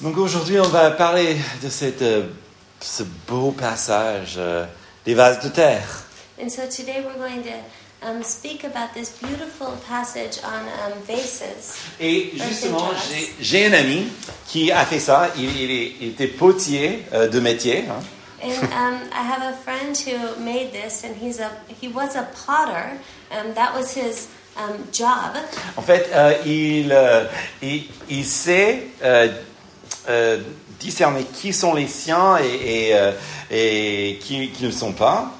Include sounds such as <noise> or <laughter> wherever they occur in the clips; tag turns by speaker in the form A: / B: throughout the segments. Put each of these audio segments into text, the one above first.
A: Donc aujourd'hui, on va parler de cette, euh, ce beau passage euh, des vases de terre.
B: And so today we're going to um, speak about this beautiful passage on um, vases.
A: Et justement,
B: Perfect vase.
A: j'ai- j'ai un ami qui a fait ça. Il, il est- il était potier euh, de métier. hein.
B: And um, I have a friend who made this, and he's a he was a potter. Um, that was his um, job.
A: En fait, euh, il, euh, il, il sait euh, euh, discerner qui sont les siens et, et, euh, et qui, qui ne le sont pas.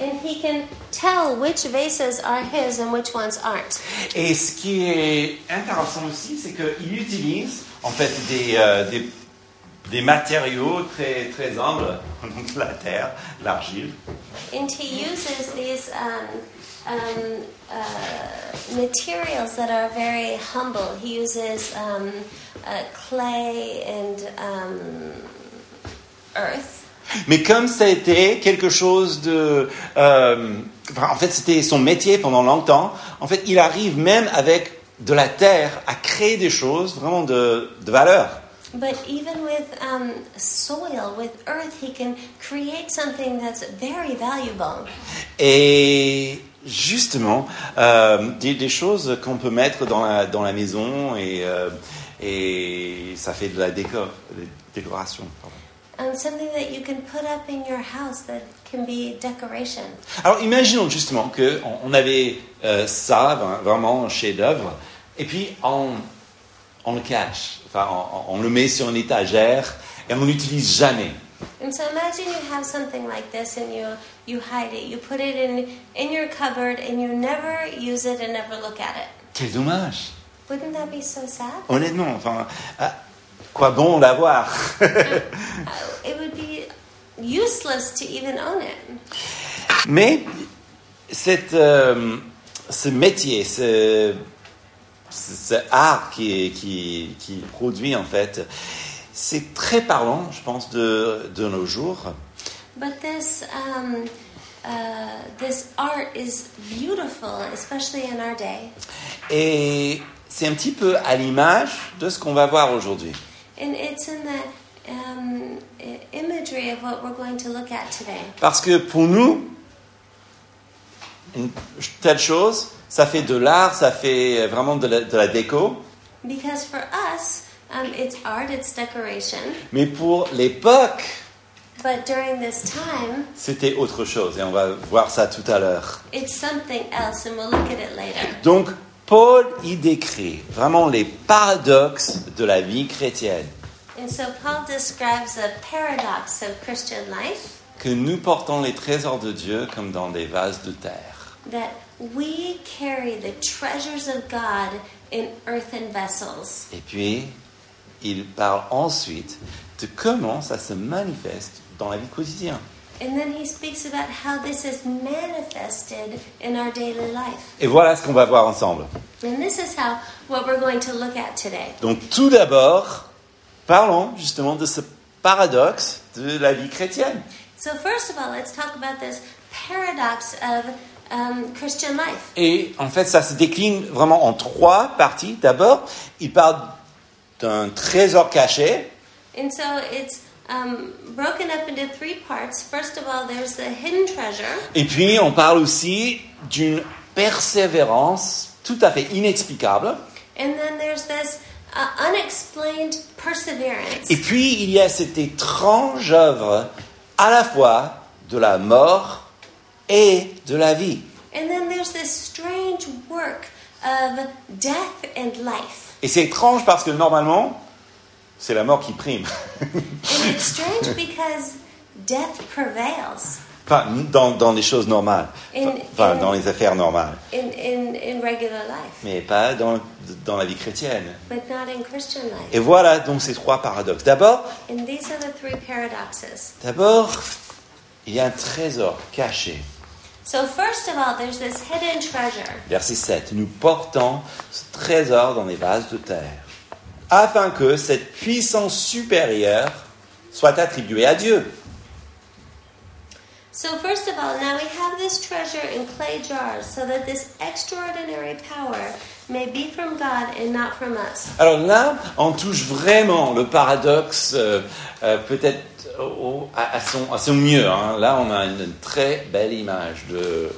B: And he can tell which vases are his and which ones aren't.
A: Et ce qui est intéressant aussi, c'est qu'il utilise en fait des, euh, des, des matériaux très, très humbles, <laughs> donc la terre, l'argile,
B: And he uses these um, um, uh, materials that are very humble. He uses um, uh, clay and um, earth.
A: Mais comme ça a été quelque chose de... euh, enfin, en fait, c'était son métier pendant longtemps. En fait, il arrive même avec de la terre à créer des choses vraiment de, de valeur.
B: But even with um, soil, with earth, he can create something that's very valuable.
A: Et justement, euh, des, des choses qu'on peut mettre dans la, dans la maison et, euh, et ça fait de la décor, des décorations. pardon.
B: Um, something that you can put up in your house that can be decoration.
A: Alors imaginons justement qu'on on avait euh, ça, vra- vraiment un chef-d'œuvre, et puis on, on le cache, enfin on, on le met sur une étagère et on l'utilise jamais.
B: And so imagine you have something like this and you, you hide it. You put it in, in your cupboard and you never use it and never look at it.
A: Quel dommage
B: Wouldn't that be so sad?
A: Honnêtement, enfin, à quoi bon l'avoir
B: Uh, It would be useless to even own it.
A: Mais cette, euh, ce métier, ce, ce- ce art qui, qui, qui produit en fait, c'est très parlant, je pense, de, de nos jours.
B: But this, um, uh, this art is beautiful, especially in our day.
A: Et c'est un petit peu à l'image de ce qu'on va voir aujourd'hui.
B: And it's in the um, i- imagery of what we're going to look at today.
A: Parce que pour nous, une telle chose, ça fait de l'art, ça fait vraiment de la, de la déco.
B: Because for us, um, it's art, it's decoration.
A: Mais pour l'époque,
B: But during this time,
A: c'était autre chose. Et on va voir ça tout à l'heure.
B: it's something else, and we'll look at it later.
A: Donc, Paul y décrit vraiment les paradoxes de la vie chrétienne
B: And so Paul describes a paradox of Christian life
A: que nous portons les trésors de Dieu comme dans des vases de terre.
B: that we carry the treasures of God in earthen vessels.
A: Et puis, il parle ensuite de comment ça se manifeste dans la vie quotidienne.
B: And then he speaks about how this is manifested in our daily life.
A: Et voilà ce qu'on va voir ensemble.
B: And this is how what we're going to look at today.
A: Donc, tout d'abord, parlons justement de ce paradoxe de la vie chrétienne.
B: So, first of all, let's talk about this paradox of um, Christian life.
A: Et en fait, ça se décline vraiment en trois parties. D'abord, il parle d'un trésor caché,
B: And so it's um, broken up into three parts. First of all, there's the hidden treasure,
A: Et puis, on parle aussi d'une persévérance tout à fait inexplicable.
B: and then there's this uh, unexplained perseverance.
A: Et puis, il y a cette étrange œuvre à la fois de la mort et de la vie.
B: And then there's this strange work of death and life.
A: Et c'est étrange parce que normalement, c'est la mort qui prime. <laughs>
B: And it's strange because death prevails
A: Enfin, dans, dans les choses normales.
B: In-
A: Enfin,
B: in-
A: dans les affaires normales.
B: in, in, in regular life,
A: Mais pas dans, dans la vie chrétienne.
B: but not in Christian life.
A: Et voilà donc ces trois paradoxes. D'abord,
B: And these are the three paradoxes.
A: d'abord, il y a un trésor caché.
B: So, first of all, there's this hidden treasure.
A: Verset 7. Nous portons ce trésor dans les vases de terre, afin que cette puissance supérieure soit attribuée à Dieu.
B: So, first of all, now we have this treasure in clay jars so that this extraordinary power may be from God and not from us.
A: Alors là, on touche vraiment le paradoxe, euh, euh, peut-être au- à, à son, à son mieux. hein. Là, on a une très belle image de,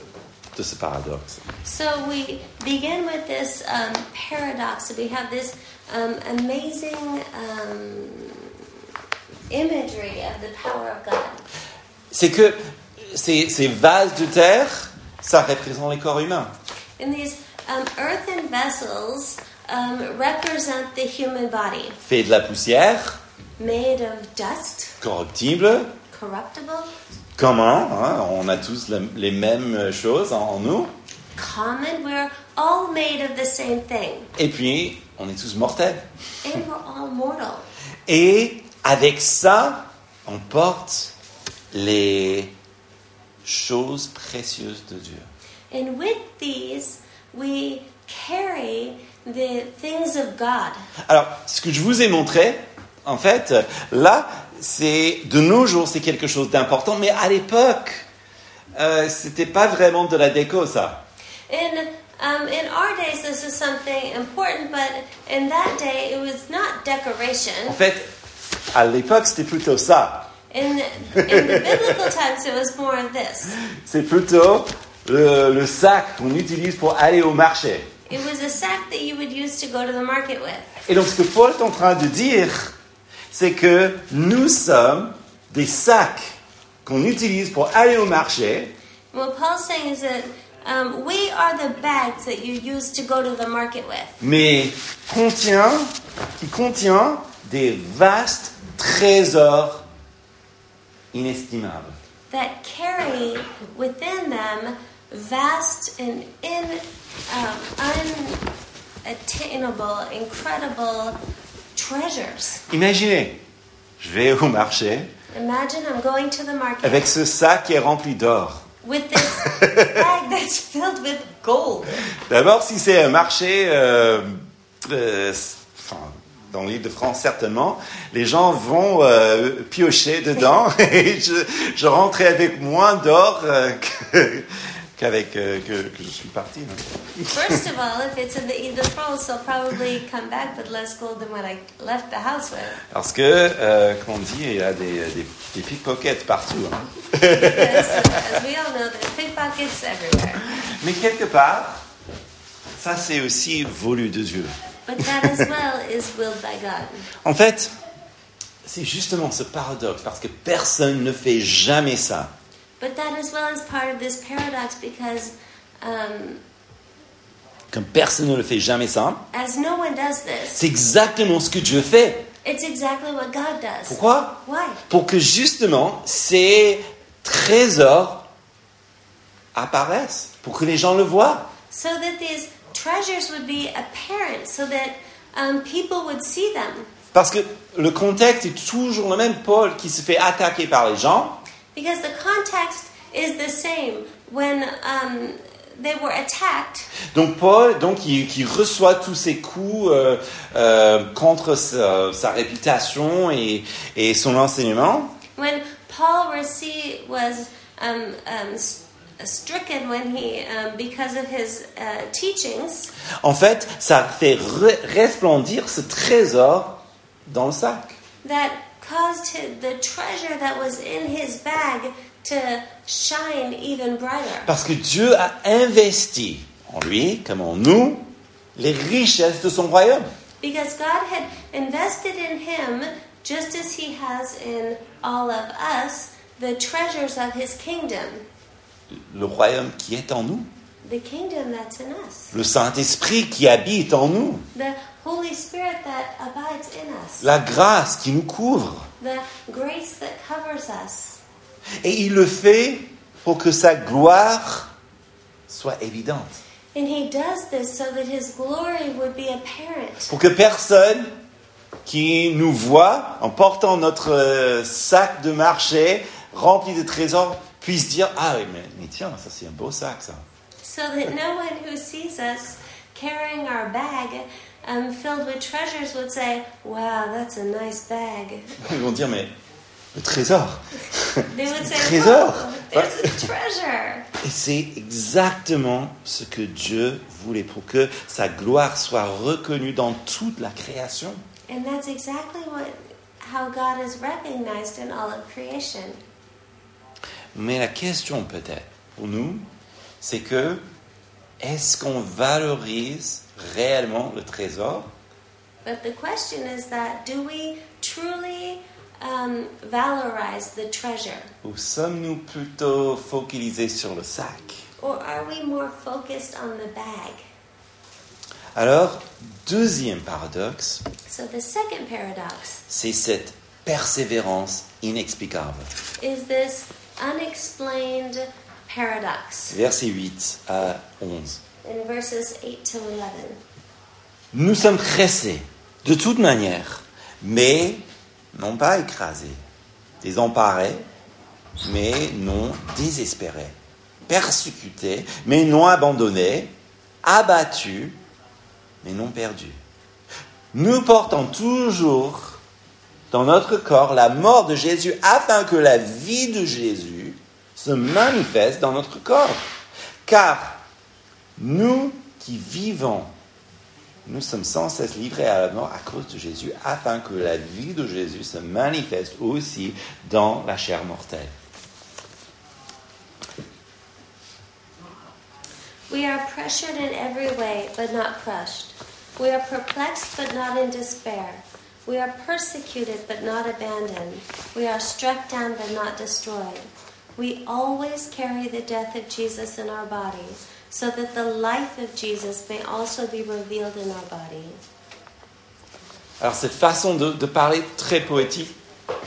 A: de ce paradoxe.
B: So, we begin with this um, paradox. We have this um, amazing um, imagery of the power of God.
A: C'est que ces, ces vases de terre, ça représente les corps humains.
B: And these um, earthen vessels um, represent the human body,
A: Fait de la poussière,
B: made of dust,
A: corruptible,
B: corruptible,
A: commun, hein, on a tous la- les mêmes choses en, en nous,
B: common. We're all made of the same thing,
A: et puis on est tous mortels.
B: and we're all mortal.
A: Et avec ça, on porte les choses précieuses de Dieu.
B: And with these, we carry the things of God.
A: Alors, ce que je vous ai montré, en fait, là, c'est de nos jours, c'est quelque chose d'important, mais à l'époque, euh, c'était pas vraiment de la déco, ça.
B: In um, in our days, this is something important, but in that day, it was not
A: En
B: decoration.
A: fait, à l'époque, c'était plutôt ça.
B: In in the biblical times, it was more of this.
A: C'est plutôt le, le sac qu'on utilise pour aller au marché.
B: It was a sack that you would use to go to the market with.
A: Et donc, ce que Paul est en train de dire, c'est que nous sommes des sacs qu'on utilise pour aller au marché,
B: And what Paul's saying is that um, we are the bags that you use to go to the market with,
A: mais contient, qui contient des vastes trésors inestimables.
B: that carry within them vast and in, um, unattainable, incredible treasures.
A: Imaginez, je vais au marché
B: Imagine I'm going to the market
A: avec ce sac qui est rempli d'or.
B: with this bag that's filled with gold.
A: D'abord, si c'est un marché, euh, euh, enfin, dans l'île de France certainement, les gens vont euh, piocher <laughs> dedans et je, je rentrais avec moins d'or euh, que- qu'avec euh, que, que je suis parti. hein.
B: First of all, if it's in the Ile de France, I'll probably come back with less gold than what I left the house with.
A: Parce que, euh, comme on dit, il y a des, des, des pickpockets partout. hein.
B: Because, as we all know, there's pickpockets everywhere.
A: Mais quelque part, ça c'est aussi voulu de Dieu.
B: But that as well is willed by God.
A: En fait, c'est justement ce paradoxe, parce que personne ne fait jamais ça.
B: But that as well is part of this paradox because um,
A: Comme personne ne le fait jamais ça,
B: as no one does this,
A: C'est exactement ce que Dieu fait.
B: it's exactly what God does.
A: Pourquoi
B: Why?
A: Pour que justement ces trésors apparaissent, pour que les gens le voient.
B: So that these treasures would be apparent, so that um, people would see them.
A: Parce que le contexte est toujours le même. Paul qui se fait attaquer par les gens,
B: Because the context is the same. When um, they were attacked,
A: donc Paul, donc qui, qui reçoit tous ces coups euh, euh, contre sa, sa réputation et, et son enseignement.
B: When Paul rece was um, um, s- stricken when he, um, because of his uh, teachings,
A: En fait, ça fait re- resplendir ce trésor dans le sac.
B: that caused hi- the treasure that was in his bag to shine even brighter.
A: Parce que Dieu a investi en lui, comme en nous, les richesses de son royaume.
B: Because God had invested in him, just as he has in all of us, the treasures of his kingdom,
A: Le royaume qui est en nous.
B: the kingdom that's in us,
A: Le Saint-Esprit qui habite en nous.
B: the Holy Spirit that abides in us,
A: La grâce qui nous couvre.
B: the grace that covers us.
A: Et il le fait pour que sa gloire soit évidente.
B: And he does this so that his glory would be apparent,
A: Pour que personne qui nous voit en portant notre euh, sac de marché rempli de trésors puisse dire Ah oui, mais, mais tiens, ça c'est un beau sac ça.
B: so that no one who sees us carrying our bag um, filled with treasures would say, Wow, that's a nice bag.
A: Ils vont dire Mais le trésor
B: They would say,
A: Trésor
B: "Whoa, It's a treasure.
A: Et c'est exactement ce que Dieu voulait pour que sa gloire soit reconnue dans toute la création.
B: And that's exactly what how God is recognized in all of creation.
A: Mais la question peut-être pour nous, c'est que est-ce qu'on valorise réellement le trésor
B: But the question is that do we truly um, valorize the treasure?
A: ou sommes-nous plutôt focalisés sur le sac
B: Or are we more focused on the bag?
A: Alors, deuxième paradoxe,
B: So the second paradox
A: c'est cette persévérance inexplicable.
B: is this unexplained paradox
A: Versets 8 à 11.
B: in verses 8 to 11.
A: Nous sommes pressés, de toute manière, mais non pas écrasés, désemparés, mais non désespérés, persécutés, mais non abandonnés, abattus, mais non perdus. Nous portons toujours dans notre corps la mort de Jésus afin que la vie de Jésus se manifeste dans notre corps. Car nous qui vivons nous sommes sans cesse livrés à la mort à cause de Jésus, afin que la vie de Jésus se manifeste aussi dans la chair mortelle.
B: We are pressured in every way, but not crushed. We are perplexed, but not in despair. We are persecuted, but not abandoned. We are struck down, but not destroyed. We always carry the death of Jesus in our body, so that the life of Jesus may also be revealed in our body.
A: Alors cette façon de, de parler très poétique,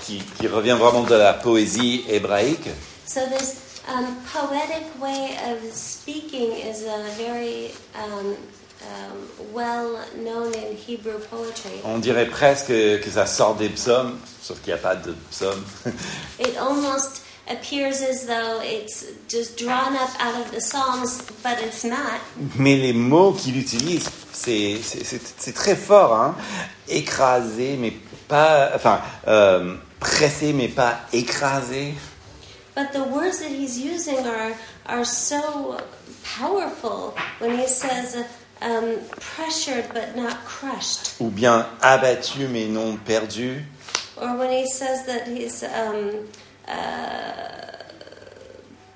A: qui, qui revient vraiment de la poésie hébraïque,
B: So, this um, poetic way of speaking is a very um, um, well known in Hebrew poetry.
A: on dirait presque que ça sort des psaumes, sauf qu'il n'y a pas de psaumes. <laughs>
B: It almost appears as though it's just drawn up out of the Psalms, but it's not.
A: Mais les mots qu'il utilise, c'est- c'est c'est- c'est très fort. Hein? Écrasé, mais pas... Enfin, euh, pressé, mais pas écrasé.
B: But the words that he's using are are so powerful when he says um, pressured but not crushed,
A: ou bien abattu mais non perdu,
B: or when he says that he's um, uh,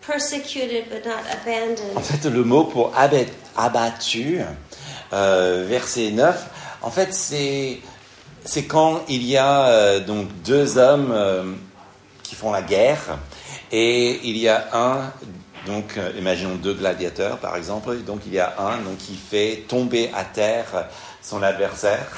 B: persecuted but not
A: En
B: abandoned.
A: fait, le mot pour abat- abattu, euh, verset 9, en fait, c'est, c'est quand il y a euh, donc deux hommes euh, qui font la guerre et il y a un, donc euh, imaginons deux gladiateurs par exemple, et donc il y a un donc, qui fait tomber à terre son adversaire.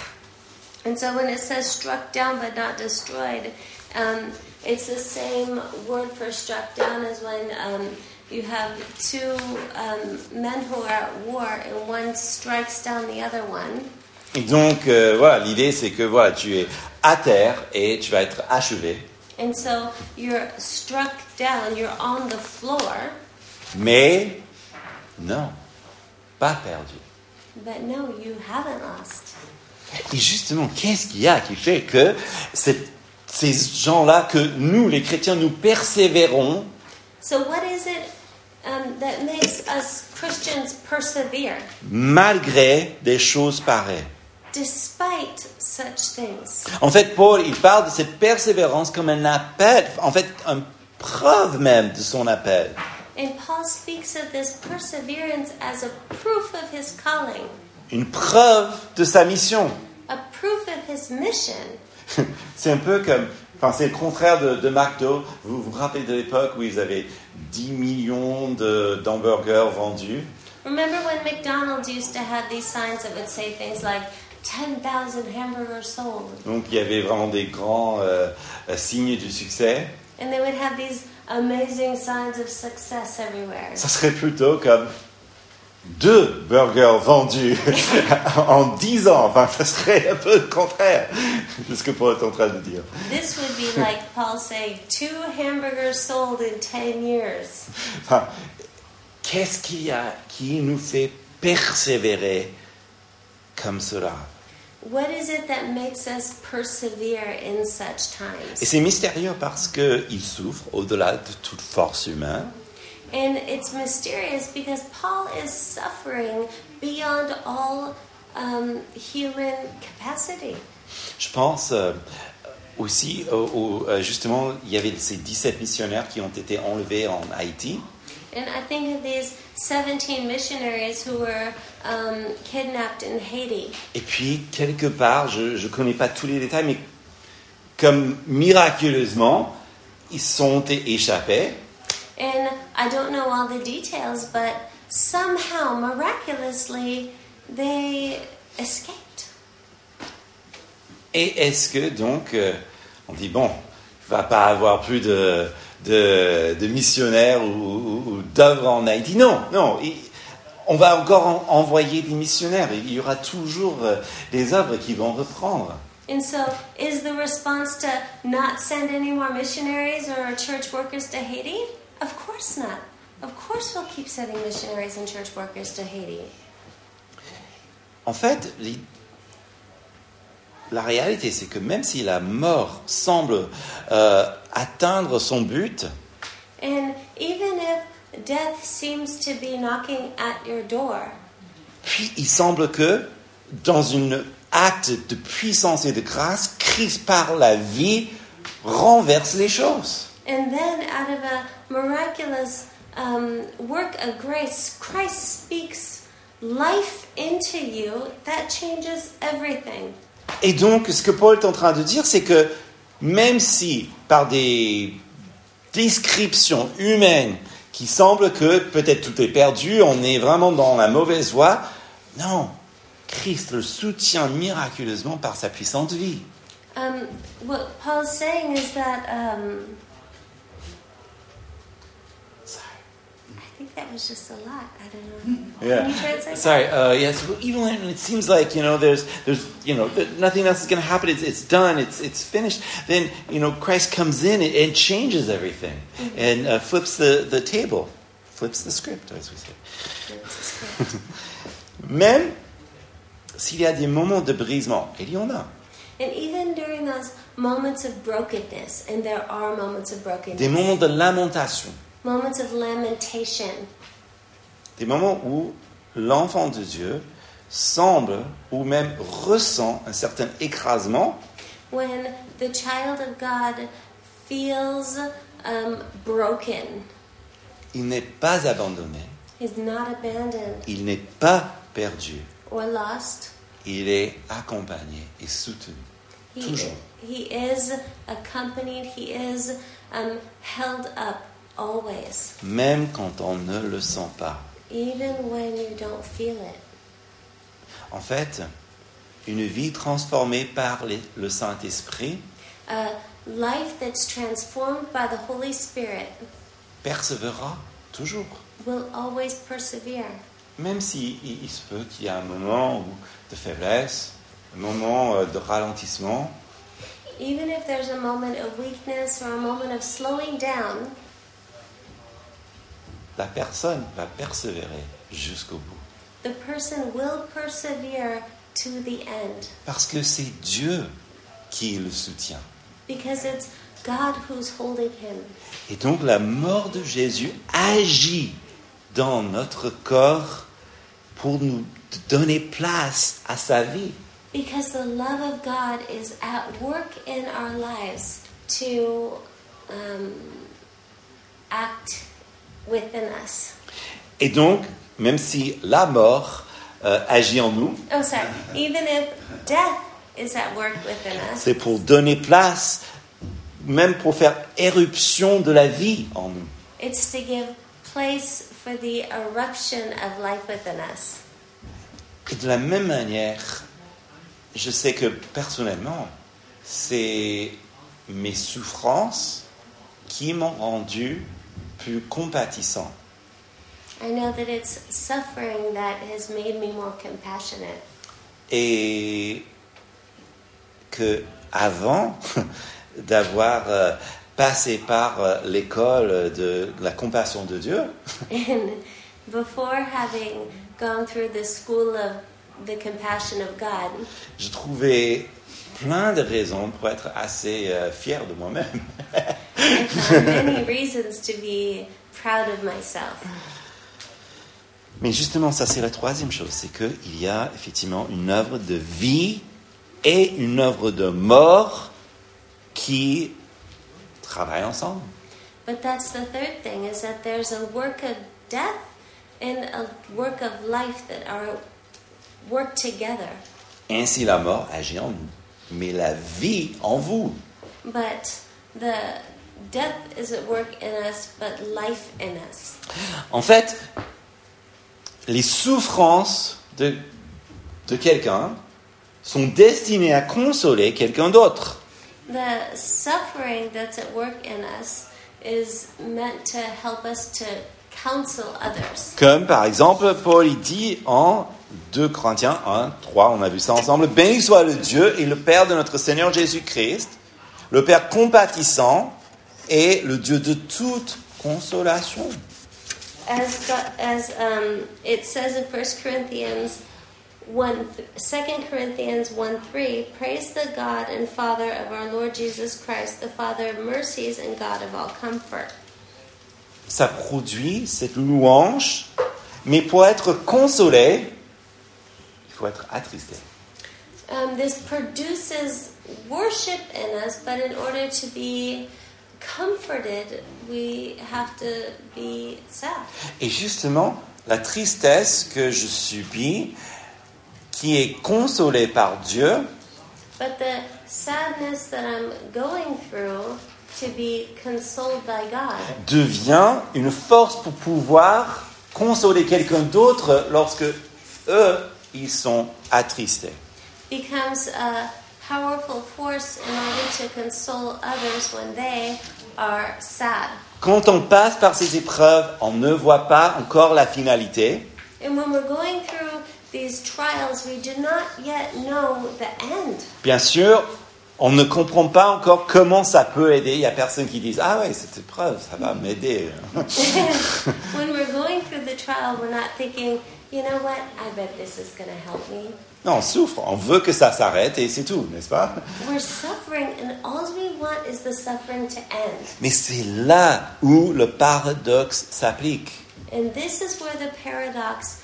B: And so when it says struck down but not destroyed, um, it's the same word for struck down as when um, you have two um, men who are at war and one strikes down the other one.
A: Et donc euh, voilà, l'idée c'est que voilà, tu es à terre et tu vas être achevé,
B: And so you're struck down, you're on the floor,
A: mais non, pas perdu.
B: but no, you haven't lost.
A: Et justement, qu'est-ce qu'il y a qui fait que cette- ces gens-là, que nous, les chrétiens, nous persévérons
B: So, what is it um, that makes us Christians persevere
A: malgré des choses pareilles
B: despite such things?
A: En fait, Paul, il parle de cette persévérance comme un appel, en fait, une preuve même de son appel.
B: And Paul speaks of this perseverance as a proof of his calling,
A: Une preuve de sa mission. <laughs>
B: a proof of his mission.
A: C'est un peu comme, enfin, c'est le contraire de, de McDo. Vous vous rappelez de l'époque où ils avaient 10 millions de- d'hamburgers vendus
B: Remember when McDonald's used to have these signs that would say things like 10,000 hamburgers sold?
A: Donc, il y avait vraiment des grands euh, euh, signes du succès.
B: And they would have these amazing signs of
A: <laughs>
B: success everywhere.
A: Ça serait plutôt comme deux burgers vendus <laughs> en dix ans. Enfin, ça serait un peu le contraire de ce que Paul est en train de dire.
B: This would be like Paul saying, two hamburgers sold in 10 years.
A: Enfin, Qu'est-ce qu'il y a qui nous fait persévérer comme cela
B: What is it that makes us persevere in such
A: Et
B: times?
A: c'est mystérieux parce qu'il souffre au-delà de toute force humaine.
B: And it's mysterious because Paul is suffering beyond all um, human capacity.
A: Je pense euh, aussi, au, au- euh, justement, il y avait ces 17 missionnaires qui ont été enlevés en Haïti.
B: And I think of these 17 missionaries who were um, kidnapped in Haiti.
A: Et puis, quelque part, je ne connais pas tous les détails, mais comme miraculeusement, ils sont é- échappés.
B: And I don't know all the details, but somehow, miraculously, they escaped.
A: Et est-ce que donc, euh, on dit, bon, il ne va pas avoir plus de, de, de missionnaires ou, ou- ou d'œuvres en Haïti Non, non. il- on va encore en- envoyer des missionnaires. Il y aura toujours euh, des œuvres qui vont reprendre.
B: And so, is the response to not send any more missionaries or church workers to Haiti? Of course not. Of course, we'll keep sending missionaries and church workers to Haiti.
A: En fait, les- la réalité, c'est que même si la mort semble euh, atteindre son but,
B: And even if death seems to be knocking at your door,
A: puis il semble que dans un acte de puissance et de grâce, Christ par la vie renverse les choses.
B: And then, out of a miraculous um, work of grace, Christ speaks life into you. That changes everything.
A: Et donc, ce que Paul est en train de dire, c'est que même si par des descriptions humaines qui semblent que peut-être tout est perdu, on est vraiment dans la mauvaise voie, non, Christ le soutient miraculeusement par sa puissante vie.
B: Um, what Paul's saying is that um,
A: Sorry.
B: I think that was just a lot. I don't know. Can you
A: Yeah. <laughs>
B: translate?
A: Sorry. Uh, yes. well, Even when it seems like you know, there's, there's, you know, th- nothing else is going to happen. It's, it's done. It's, it's finished. Then you know, Christ comes in and, and changes everything, and uh, flips the, the table, flips the script, as we say. Même s'il y a des moments de brisement, et il y en a,
B: And even during those moments of brokenness, and there are moments of brokenness,
A: des moments de lamentation,
B: moments of lamentation,
A: des moments où l'enfant de Dieu semble ou même ressent un certain écrasement.
B: when the child of God feels um, broken.
A: Il n'est pas abandonné.
B: He's not abandoned
A: Il n'est pas perdu.
B: or lost.
A: Il est accompagné et soutenu.
B: He,
A: Toujours.
B: he is accompanied, he is um, held up always,
A: Même quand on ne le sent pas.
B: even when you don't feel it.
A: En fait, une vie transformée par les- le Saint-Esprit
B: A life that's transformed by the Holy Spirit
A: persévérera toujours.
B: will always persevere.
A: Même si il, il se peut qu'il y ait un moment où- de faiblesse, un moment euh, de ralentissement,
B: Even if there's a moment of weakness or a moment of slowing down,
A: la personne va persévérer jusqu'au bout.
B: the person will persevere to the end
A: Parce que c'est Dieu qui le soutient.
B: because it's God who's holding him.
A: Et donc la mort de Jésus agit dans notre corps pour nous donner place à sa vie.
B: Because the love of God is at work in our lives to um, act within us.
A: Et donc, même si la mort euh, agit en nous,
B: Oh, sorry. Even if death is at work within us,
A: c'est pour donner place, même pour faire éruption de la vie en nous.
B: it's to give place for the eruption of life within us.
A: Et de la même manière, je sais que personnellement, c'est mes souffrances qui m'ont rendu plus compatissant.
B: I know that it's suffering that has made me more compassionate. <laughs>
A: et que avant <laughs> d'avoir euh, passé par euh, l'école de la compassion de Dieu,
B: And before having gone through the school of the compassion of God.
A: J'ai trouvé plein de raisons pour être assez euh, fier de moi-même.
B: I found many reasons to be proud of myself.
A: Mais justement, ça c'est la troisième chose, c'est qu'il y a effectivement une œuvre de vie et une œuvre de mort qui travaillent ensemble.
B: But that's the third thing is that there's a work of death and a work of life that are work together.
A: Ainsi la mort agit en nous, mais la vie en vous.
B: But the death is at work in us, but life in us.
A: En fait, les souffrances de, de quelqu'un sont destinées à consoler quelqu'un d'autre.
B: The suffering that's at work in us is meant to help us to counsel others.
A: Comme par exemple, Paul il dit en 2 Corinthiens 1, 3, on a vu ça ensemble, Béni soit le Dieu et le Père de notre Seigneur Jésus-Christ, le Père compatissant et le Dieu de toute consolation.
B: As, God, as um, it says in 1 Corinthians 1, th- 2 Corinthians 1 3, praise the God and Father of our Lord Jesus Christ, the Father of mercies and God of all comfort.
A: Ça produit cette louange, mais pour être consolé, il faut être attristé.
B: Um, this produces worship in us, but in order to be comforted, we have to be sad.
A: Et justement, la tristesse que je subis, qui est consolée par Dieu,
B: But the sadness that I'm going through to be consoled by God
A: devient une force pour pouvoir consoler quelqu'un d'autre lorsque eux, ils sont attristés.
B: becomes a powerful force in order to console others when they are sad.
A: Quand on passe par ces épreuves, on ne voit pas encore la finalité,
B: And when we're going through these trials, we do not yet know the end.
A: bien sûr, on ne comprend pas encore comment ça peut aider. Il n'y a personne qui dise Ah ouais, cette épreuve, ça va m'aider. <laughs>
B: <laughs> when we're going through the trial, we're not thinking, you know what, I bet this is going to help me.
A: Non, on souffre, on veut que ça s'arrête et c'est tout, n'est-ce pas
B: We're suffering, and all we want is the suffering to end.
A: Mais c'est là où le paradoxe s'applique.
B: And this is where the paradox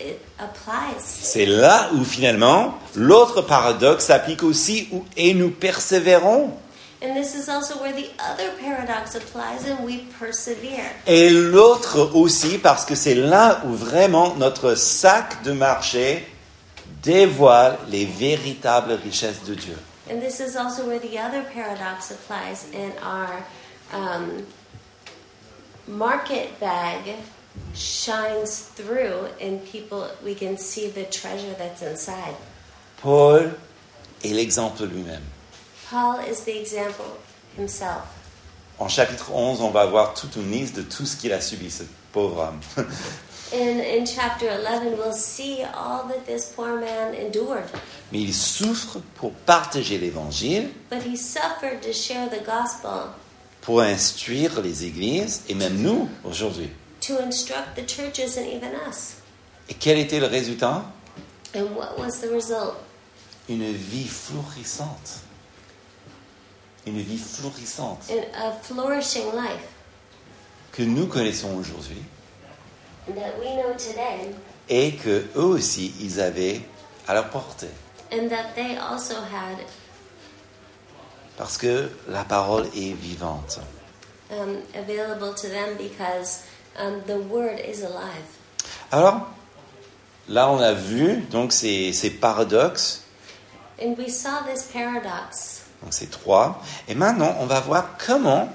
B: it applies.
A: C'est là où finalement l'autre paradoxe s'applique aussi où, et nous persévérons.
B: And this is also where the other paradox applies and we persevere.
A: Et l'autre aussi parce que c'est là où vraiment notre sac de marché dévoile les véritables richesses de Dieu.
B: And this is also where the other paradox applies and our um, market bag shines through and people we can see the treasure that's inside.
A: Paul est l'exemple lui-même.
B: Paul is the example himself.
A: En chapitre 11, on va voir toute une liste de tout ce qu'il a subi, ce pauvre homme. <laughs>
B: And in chapter 11, we'll see all that this poor man endured.
A: Mais il souffre pour partager l'évangile,
B: But he suffered to share the gospel,
A: pour instruire les églises et même nous aujourd'hui.
B: to instruct the churches and even us.
A: Et quel était le résultat
B: And what was the result?
A: Une vie florissante. Une vie florissante.
B: An- A flourishing life
A: que nous connaissons aujourd'hui
B: that we know today,
A: et que eux aussi ils avaient à leur portée
B: and that they also had
A: parce que la parole est vivante.
B: um, available to them because um, the word is alive.
A: Alors là on a vu donc ces, ces paradoxes,
B: And we saw this paradox.
A: donc ces trois et maintenant on va voir comment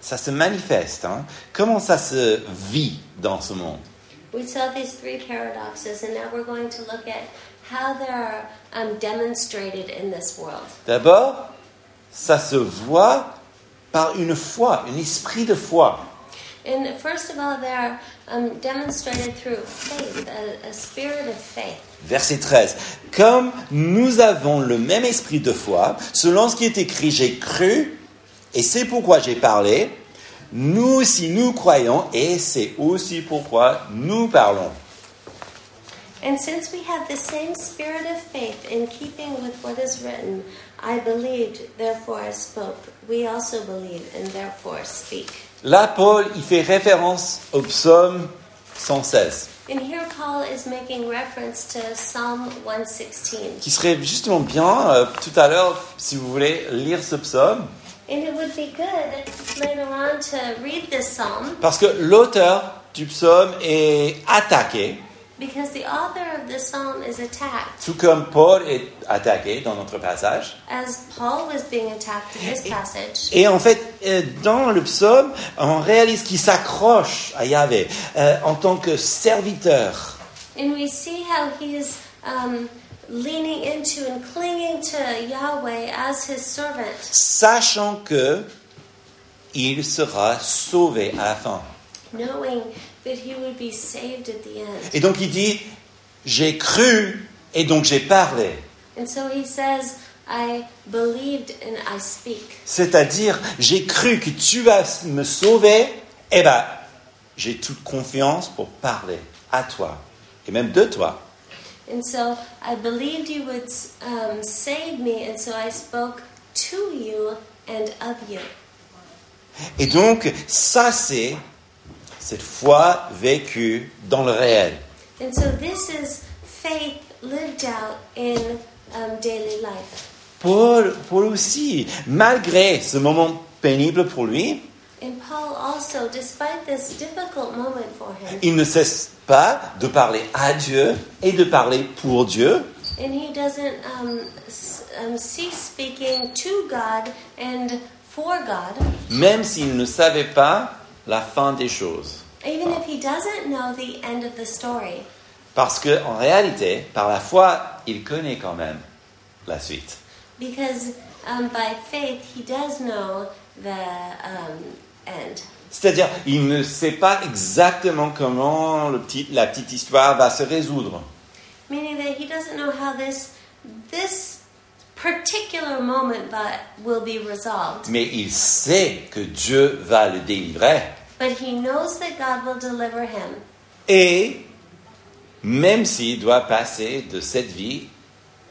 A: ça se manifeste, hein, comment ça se vit dans ce monde.
B: We saw these three paradoxes, and now we're going to look at how they're um, demonstrated in this world.
A: D'abord, ça se voit par une foi, un esprit de foi.
B: And first of all, they are um, demonstrated through faith, a, a spirit of faith.
A: Verset 13. Comme nous avons le même esprit de foi, selon ce qui est écrit, j'ai cru, et c'est pourquoi j'ai parlé. Nous aussi, nous croyons, et c'est aussi pourquoi nous parlons.
B: And since we have the same spirit of faith in keeping with what is written, I believed, therefore I spoke. We also believe and therefore speak.
A: Là, Paul, il fait référence au psaume 116,
B: And here Paul is making reference to Psalm 116.
A: qui serait justement bien, euh, tout à l'heure, si vous voulez lire ce psaume,
B: And it would be good later on to read this psalm
A: parce que l'auteur du psaume est attaqué,
B: because the author of this psalm is attacked,
A: tout comme Paul est attaqué dans notre passage.
B: as Paul was being attacked in this passage.
A: Et en fait, euh, dans le psaume, on réalise qu'il s'accroche à Yahvé euh, en tant que serviteur.
B: And we see how he is um, leaning into and clinging to Yahweh as his servant,
A: sachant que il sera sauvé à la fin.
B: knowing that he would be saved at the end.
A: Et donc il dit, j'ai cru et donc j'ai parlé.
B: And so he says, I believed and I speak.
A: C'est-à-dire, j'ai cru que tu vas me sauver, et ben, j'ai toute confiance pour parler à toi, et même de toi.
B: And so I believed you would um, save me, and so I spoke to you and of you.
A: Et donc, ça c'est cette foi vécue dans le réel.
B: And so this is faith lived out in um, daily life.
A: Paul, Paul aussi, malgré ce moment pénible pour lui,
B: And Paul also, despite this difficult moment for him,
A: Il ne cesse pas de parler à Dieu et de parler pour Dieu.
B: and he doesn't um, s- um, cease speaking to God and for God,
A: Même s'il ne savait pas la fin des choses.
B: even if he doesn't know the end of the story.
A: Parce que, en réalité, par la foi, il connaît quand même la suite.
B: Because um, by faith, he does know the um, end.
A: C'est-à-dire, il ne sait pas exactement comment le petit- la petite histoire va se résoudre.
B: meaning that he doesn't know how this this particular moment but will be resolved
A: Mais il sait que Dieu va le délivrer.
B: but he knows that god will deliver him
A: Et même s'il doit passer de cette vie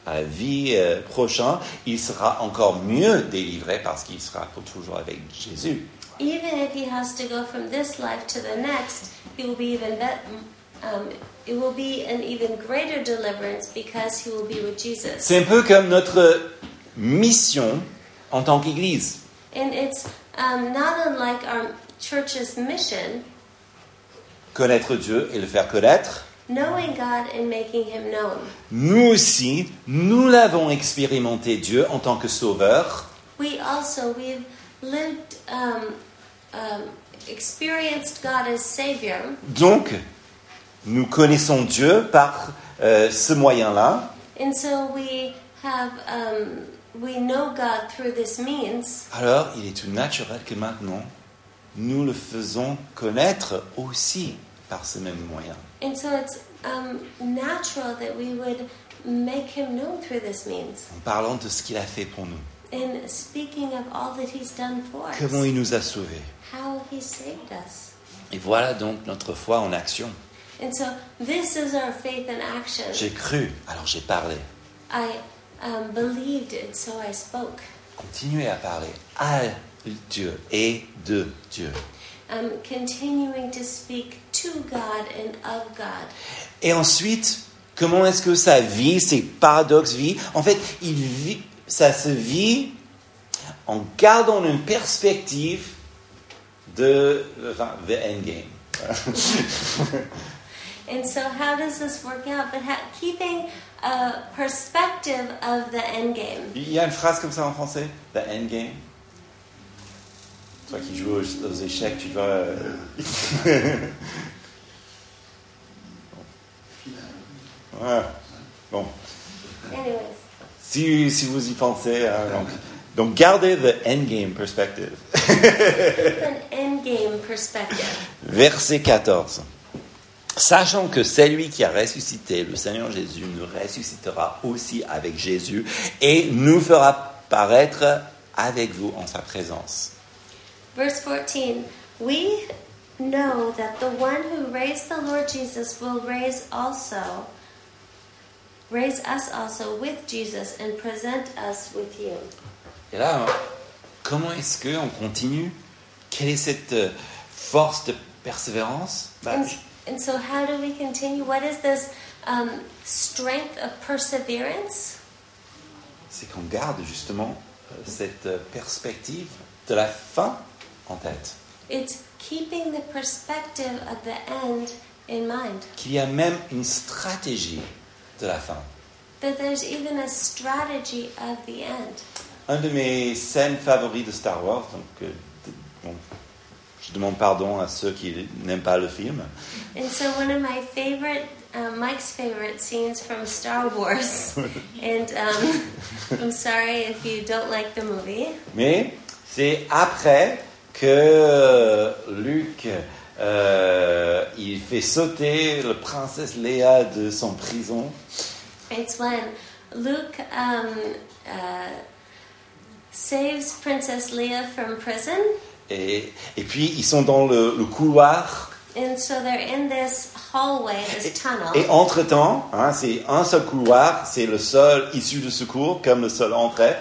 A: à la vie euh, prochaine, il sera encore mieux délivré parce qu'il sera pour toujours avec Jésus.
B: even if he has to go from this life to the next he will be even be- um, it will be an even greater deliverance because he will be with jesus
A: C'est un peu comme notre mission en tant qu'Église.
B: and it's um, not unlike our church's mission
A: Connaître Dieu et le faire connaître.
B: knowing god and making him known
A: Nous aussi, nous l'avons expérimenté Dieu en tant que Sauveur.
B: We also we've lived um, um, experienced God as Savior,
A: Donc, nous connaissons Dieu par euh, ce moyen-là.
B: and so we have um, we know God through this means.
A: Alors, il est tout naturel que maintenant, nous le faisons connaître aussi par ce même moyen.
B: And so it's um, natural that we would make Him known through this means,
A: En parlant de ce qu'il a fait pour nous,
B: in speaking of all that He's done for us,
A: comment il nous a sauvés.
B: how He saved us.
A: Et voilà donc notre foi en action.
B: And so this is our faith in action.
A: J'ai cru, alors j'ai parlé.
B: I um, believed, and so I spoke.
A: Continuez à parler à Dieu et de Dieu.
B: um, continuing to speak to God and of God.
A: Et ensuite, comment est-ce que sa vie, ses paradoxes vie, en fait, il vit, ça se vit en gardant une perspective de, enfin, the endgame.
B: And so, how does this work out? But ha- keeping a perspective of the end game.
A: Il y a une phrase comme ça en français, the endgame. Toi qui joues aux, aux échecs, tu dois. euh, <laughs> Ouais. Bon,
B: Anyways,
A: si, si vous y pensez, hein, donc, donc gardez the endgame perspective.
B: keep an end game perspective.
A: Verset 14. Sachant que celui qui a ressuscité le Seigneur Jésus nous ressuscitera aussi avec Jésus et nous fera paraître avec vous en sa présence.
B: Verse 14 We know that the one who raised the Lord Jesus will raise also Raise us also with Jesus and present us with you.
A: Et là, hein, comment est-ce qu'on continue Quelle est cette euh, force de persévérance Bah,
B: And, and so, how do we continue? What is this um, strength of perseverance?
A: C'est qu'on garde justement euh, cette euh, perspective de la fin en tête.
B: It's keeping the perspective of the end in mind.
A: Qu'il y a même une stratégie de la fin.
B: That there's even a strategy of the end.
A: Un de mes scènes favoris de Star Wars, donc euh, de- bon, je demande pardon à ceux qui n'aiment pas le film,
B: And so, one of my favorite, uh, Mike's favorite scenes from Star Wars, and um, I'm sorry if you don't like the movie,
A: mais c'est après que euh, Luke euh, il fait sauter la princesse Léa de son prison
B: it's when Luke um, uh, saves Princess Leia from prison.
A: et, et puis ils sont dans le, le couloir
B: And so they're in this hallway, this
A: et
B: tunnel.
A: entre temps c'est un seul couloir c'est le seul issu de secours comme le seul entrée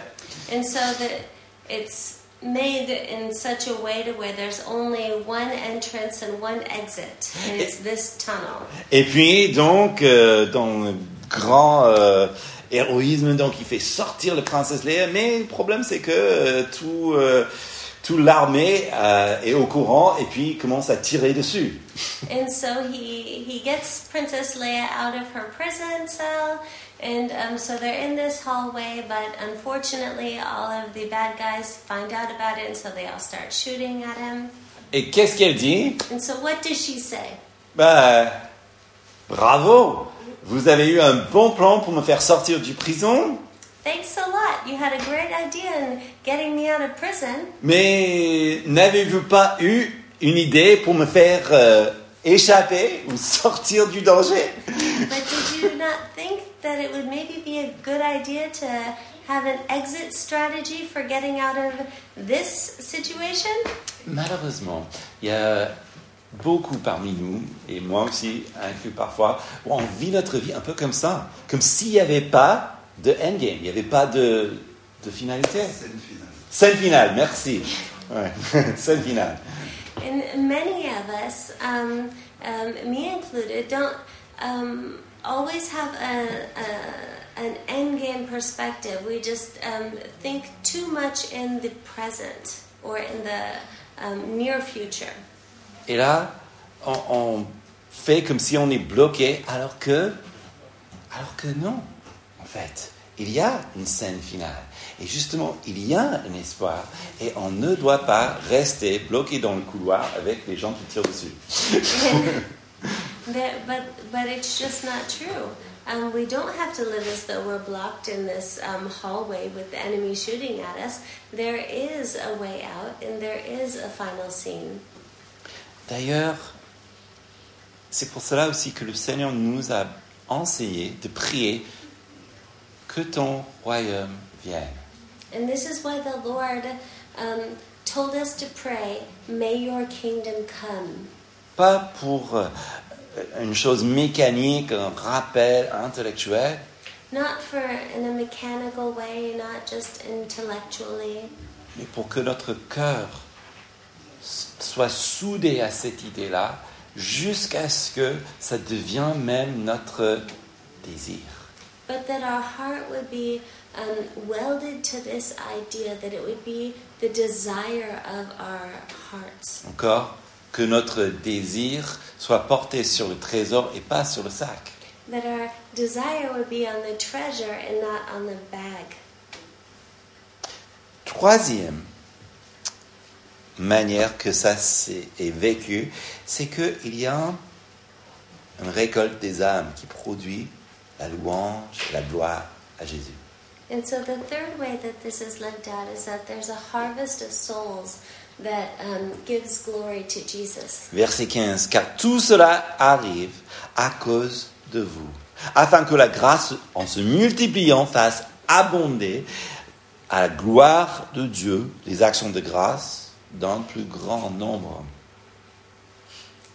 B: And so that it's made in such a way to where there's only one entrance and one exit. And it's this tunnel.
A: Et puis, donc, euh, dans le grand euh, héroïsme, donc, il fait sortir le princesse Leia, mais le problème, c'est que euh, tout, euh, tout l'armée euh, est au courant et puis commence à tirer dessus.
B: And so he he gets Princess Leia out of her prison cell, and um, so they're in this hallway. But unfortunately, all of the bad guys find out about it, and so they all start shooting at him.
A: Et qu'est-ce qu'elle dit
B: And so what does she say?
A: Bah, bravo Vous avez eu un bon plan pour me faire sortir du prison,
B: Thanks a lot. You had a great idea in getting me out of prison.
A: mais n'avez-vous pas eu une idée pour me faire euh, échapper ou <laughs> sortir du danger
B: But did you not think that it would maybe be a good idea to have an exit strategy for getting out of this situation?
A: Malheureusement, il y a beaucoup parmi nous, et moi aussi inclus parfois, où on vit notre vie un peu comme ça, comme s'il n'y avait pas de endgame, il n'y avait pas de, de finalité.
C: Scène finale.
A: Scène finale, merci. Ouais, <laughs> Scène finale.
B: And many of us, um, um, me included, don't um, always have a, a, an end game perspective. We just um, think too much in the present or in the um, near future.
A: Et là, on, on fait comme si on est bloqué, alors que, alors que non, en fait. Il y a une scène finale. Et justement, il y a un espoir. Et on ne doit pas rester bloqué dans le couloir avec les gens qui tirent dessus.
B: That, but but it's just not true. Um, we don't have to live as though we're blocked in this um, hallway with the enemy shooting at us. There is a way out, and there is a final scene.
A: D'ailleurs, c'est pour cela aussi que le Seigneur nous a enseigné de prier que ton royaume vienne.
B: And this is why the Lord um, told us to pray, "May Your kingdom come."
A: Pas pour euh, une chose mécanique, un rappel intellectuel,
B: Not for in a mechanical way, not just intellectually,
A: mais pour que notre cœur s- soit soudé à cette idée-là jusqu'à ce que ça devienne même notre désir.
B: but that our heart would be um, welded to this idea that it would be the desire of our hearts.
A: Encore, que notre désir soit porté sur le trésor et pas sur le sac.
B: That our desire would be on the treasure and not on the bag.
A: Troisième manière que ça s'est- est, vécu, c'est qu'il y a un- une récolte des âmes qui produit la louange, la gloire à Jésus.
B: And so the third way that this is lived out is that there's a harvest of souls that um, gives glory to Jesus.
A: Verset 15, car tout cela arrive à cause de vous, afin que la grâce, en se multipliant, fasse abonder à la gloire de Dieu les actions de grâce d'un plus grand nombre.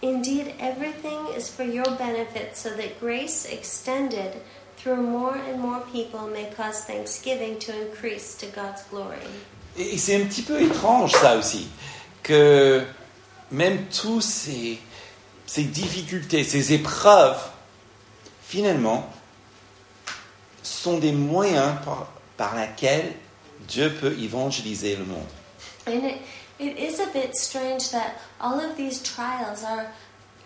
B: Indeed, everything is for your benefit, so that grace extended through more and more people may cause thanksgiving to increase to God's glory.
A: Et c'est un petit peu étrange ça aussi, que même tous ces, ces difficultés, ces épreuves, finalement, sont des moyens par, par lesquels Dieu peut évangéliser le monde.
B: And it, it is a bit strange that all of these trials are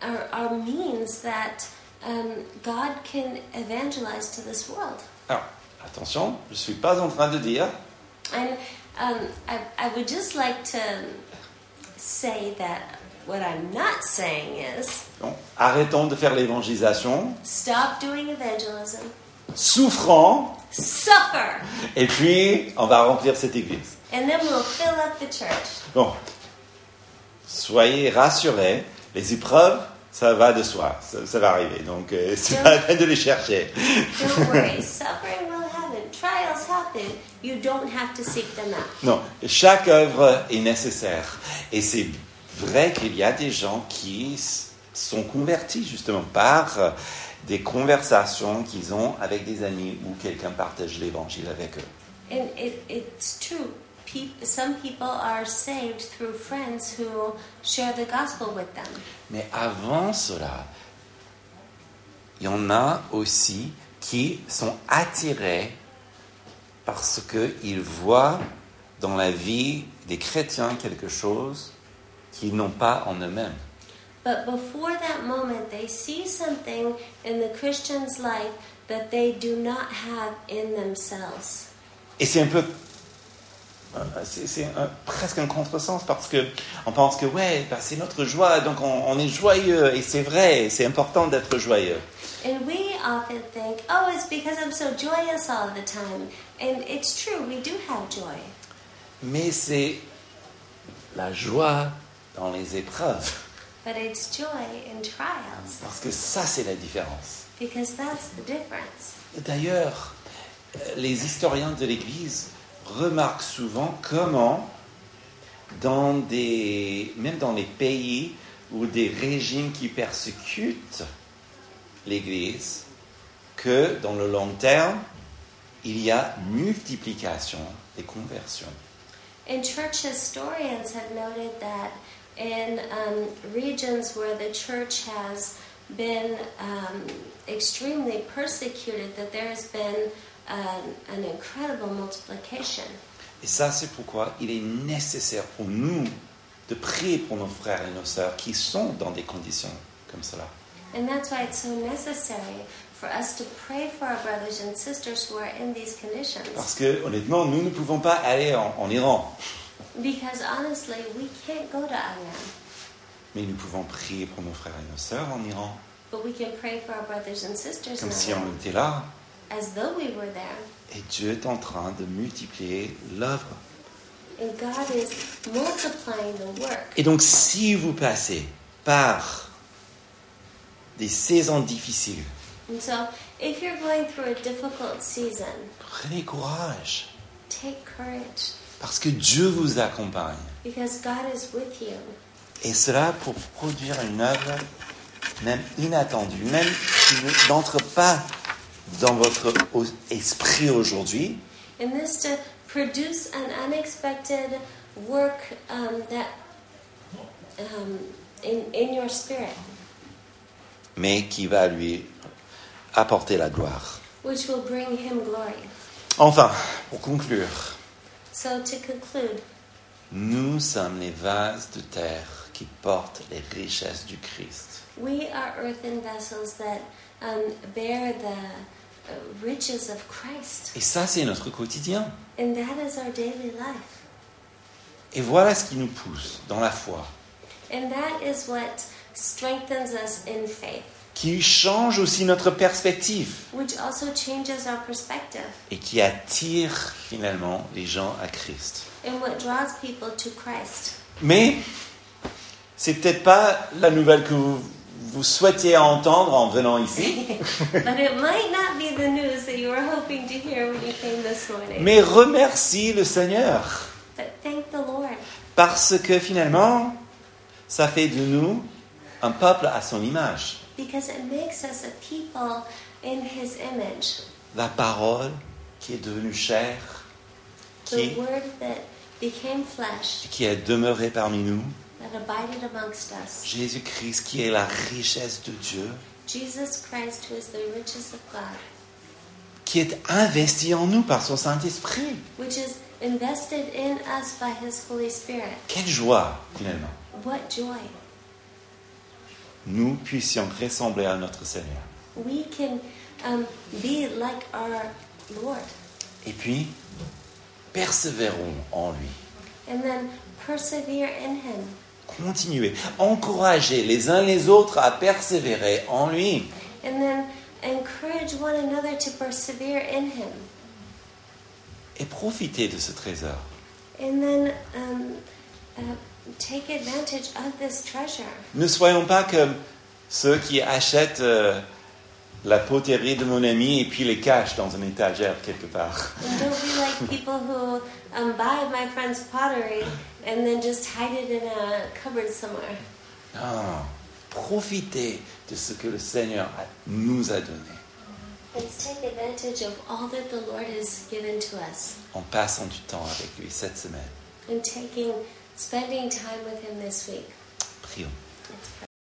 B: are, are means that um, God can evangelize to this world.
A: Alors, attention, je ne suis pas en train de dire
B: And um, I, I would just like to say that what I'm not saying is
A: Bon, arrêtons de faire l'évangélisation,
B: stop doing evangelism,
A: souffrons,
B: suffer,
A: et puis on va remplir cette église.
B: and then we'll fill up the church.
A: Bon, soyez rassurés, les épreuves, ça va de soi, ça, ça va arriver, donc euh, c'est pas la peine de les chercher.
B: Don't worry, suffering will happen, trials happen. You don't have to seek them out.
A: Non, chaque œuvre est nécessaire, et c'est vrai qu'il y a des gens qui s- sont convertis justement par euh, des conversations qu'ils ont avec des amis ou quelqu'un partage l'évangile avec eux.
B: And it, it's true. Peop some people are saved through friends who share the gospel with them.
A: Mais avant cela, il y en a aussi qui sont attirés parce qu'ils voient dans la vie des chrétiens quelque chose qu'ils n'ont pas en eux-mêmes.
B: But before that moment, they see something in the Christian's life that they do not have in themselves.
A: Et c'est un peu. euh, C'est c'est un- presque un contresens parce que on pense que ouais, bah, c'est notre joie, donc on, on est joyeux et c'est vrai, c'est important d'être joyeux.
B: And we often think, oh, it's because I'm so joyous all the time. And it's true, we do have joy.
A: Mais c'est la joie dans les épreuves.
B: But it's joy in trials,
A: Parce que ça, c'est la différence.
B: because that's the difference.
A: D'ailleurs, euh, les historiens de l'Église remarquent souvent comment, dans des, même dans les pays ou des régimes qui persécutent l'Église, que dans le long terme, il y a multiplication des conversions.
B: And church historians have noted that in um, regions where the church has been um, extremely persecuted, that there has been um, an incredible multiplication.
A: Et ça, c'est pourquoi il est nécessaire pour nous de prier pour nos frères et nos sœurs qui sont dans des conditions comme cela.
B: And that's why it's so necessary for us to pray for our brothers and sisters who are in these conditions.
A: Parce que honnêtement, nous ne pouvons pas aller en, en Iran,
B: Because honestly, we can't go to Iran,
A: mais nous pouvons prier pour nos frères et nos sœurs en Iran,
B: but we can pray for our brothers and sisters
A: comme si
B: in Iran,
A: on était là.
B: as though we were there.
A: Et Dieu est en train de multiplier l'œuvre.
B: And God is multiplying the work.
A: Et donc, si vous passez par des saisons difficiles,
B: And so, if you're going through a difficult season,
A: prenez courage,
B: take courage
A: parce que Dieu vous accompagne.
B: because God is with you.
A: Et cela pour produire une œuvre même inattendue, même qui ne- n'entre pas dans votre au- esprit aujourd'hui,
B: And this to produce an unexpected work um, that um, in, in your spirit,
A: mais qui va lui apporter la gloire.
B: which will bring Him glory.
A: Enfin, pour conclure,
B: So, to conclude,
A: nous sommes les vases de terre qui portent les richesses du Christ.
B: we are earthen vessels that um, bear the uh, riches of Christ,
A: Et ça, c'est notre quotidien.
B: and that is our daily life.
A: Et voilà ce qui nous pousse dans la foi,
B: And that is what strengthens us in faith.
A: qui change aussi notre perspective
B: which also changes our perspective
A: et qui attire finalement les gens à Christ.
B: and what draws people to Christ.
A: Mais c'est peut-être pas la nouvelle que vous, vous souhaitiez entendre en venant ici.
B: but it might not be the news that you were hoping to hear when you came this morning.
A: Mais remercie le Seigneur
B: But thank the Lord
A: parce que finalement, ça fait de nous un peuple à son image.
B: because it makes us a people in his image.
A: la parole qui est devenue chair,
B: The
A: qui,
B: word that became flesh,
A: qui est demeurée parmi nous,
B: that abided amongst us.
A: Jésus-Christ qui est la richesse de Dieu,
B: Jesus Christ, who is the riches of God,
A: qui est investi en nous par son Saint-Esprit.
B: which is invested in us by his Holy Spirit.
A: Quelle joie, finalement,
B: What joy!
A: nous puissions ressembler à notre Seigneur.
B: We can um, be like our Lord
A: Et puis, persévérons en lui.
B: and then persevere in him.
A: Continuez, encouragez les uns les autres à persévérer en lui.
B: And then encourage one another to persevere in Him.
A: et profitez de ce trésor.
B: And then um, uh, take advantage of this treasure.
A: Ne soyons pas comme ceux qui achètent euh, la poterie de mon ami et puis les cachent dans une étagère quelque part.
B: And don't be like people who um, buy my friend's pottery and then just hide it in a cupboard somewhere.
A: Non, profitez de ce que le Seigneur a- nous a donné
B: Let's take advantage of all that the Lord has given to us
A: en passant du temps avec lui cette semaine.
B: and taking, spending time with Him this week.
A: Prions.
B: Let's pray.